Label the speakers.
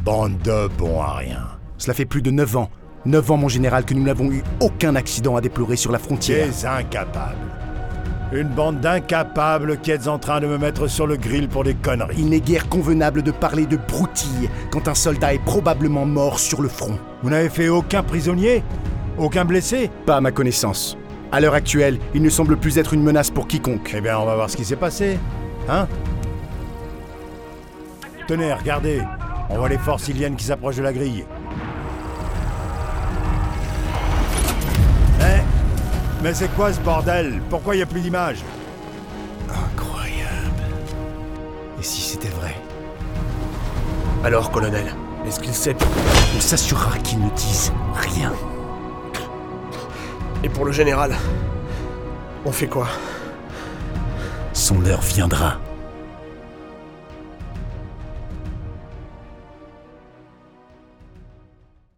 Speaker 1: Bande de bons à rien.
Speaker 2: Cela fait plus de 9 ans, 9 ans mon général, que nous n'avons eu aucun accident à déplorer sur la frontière.
Speaker 1: Des incapables. Une bande d'incapables qui êtes en train de me mettre sur le grill pour des conneries.
Speaker 2: Il n'est guère convenable de parler de broutilles quand un soldat est probablement mort sur le front.
Speaker 1: Vous n'avez fait aucun prisonnier Aucun blessé
Speaker 2: Pas à ma connaissance. À l'heure actuelle, il ne semble plus être une menace pour quiconque.
Speaker 1: Eh bien, on va voir ce qui s'est passé. Hein Tenez, regardez. On voit les forces iliennes qui s'approchent de la grille. Eh Mais c'est quoi ce bordel Pourquoi il n'y a plus d'image
Speaker 3: Incroyable. Et si c'était vrai
Speaker 2: Alors, colonel,
Speaker 3: Est-ce qu'il sait
Speaker 2: on s'assurera qu'ils ne disent rien.
Speaker 3: Et pour le général On fait quoi
Speaker 2: Son heure viendra.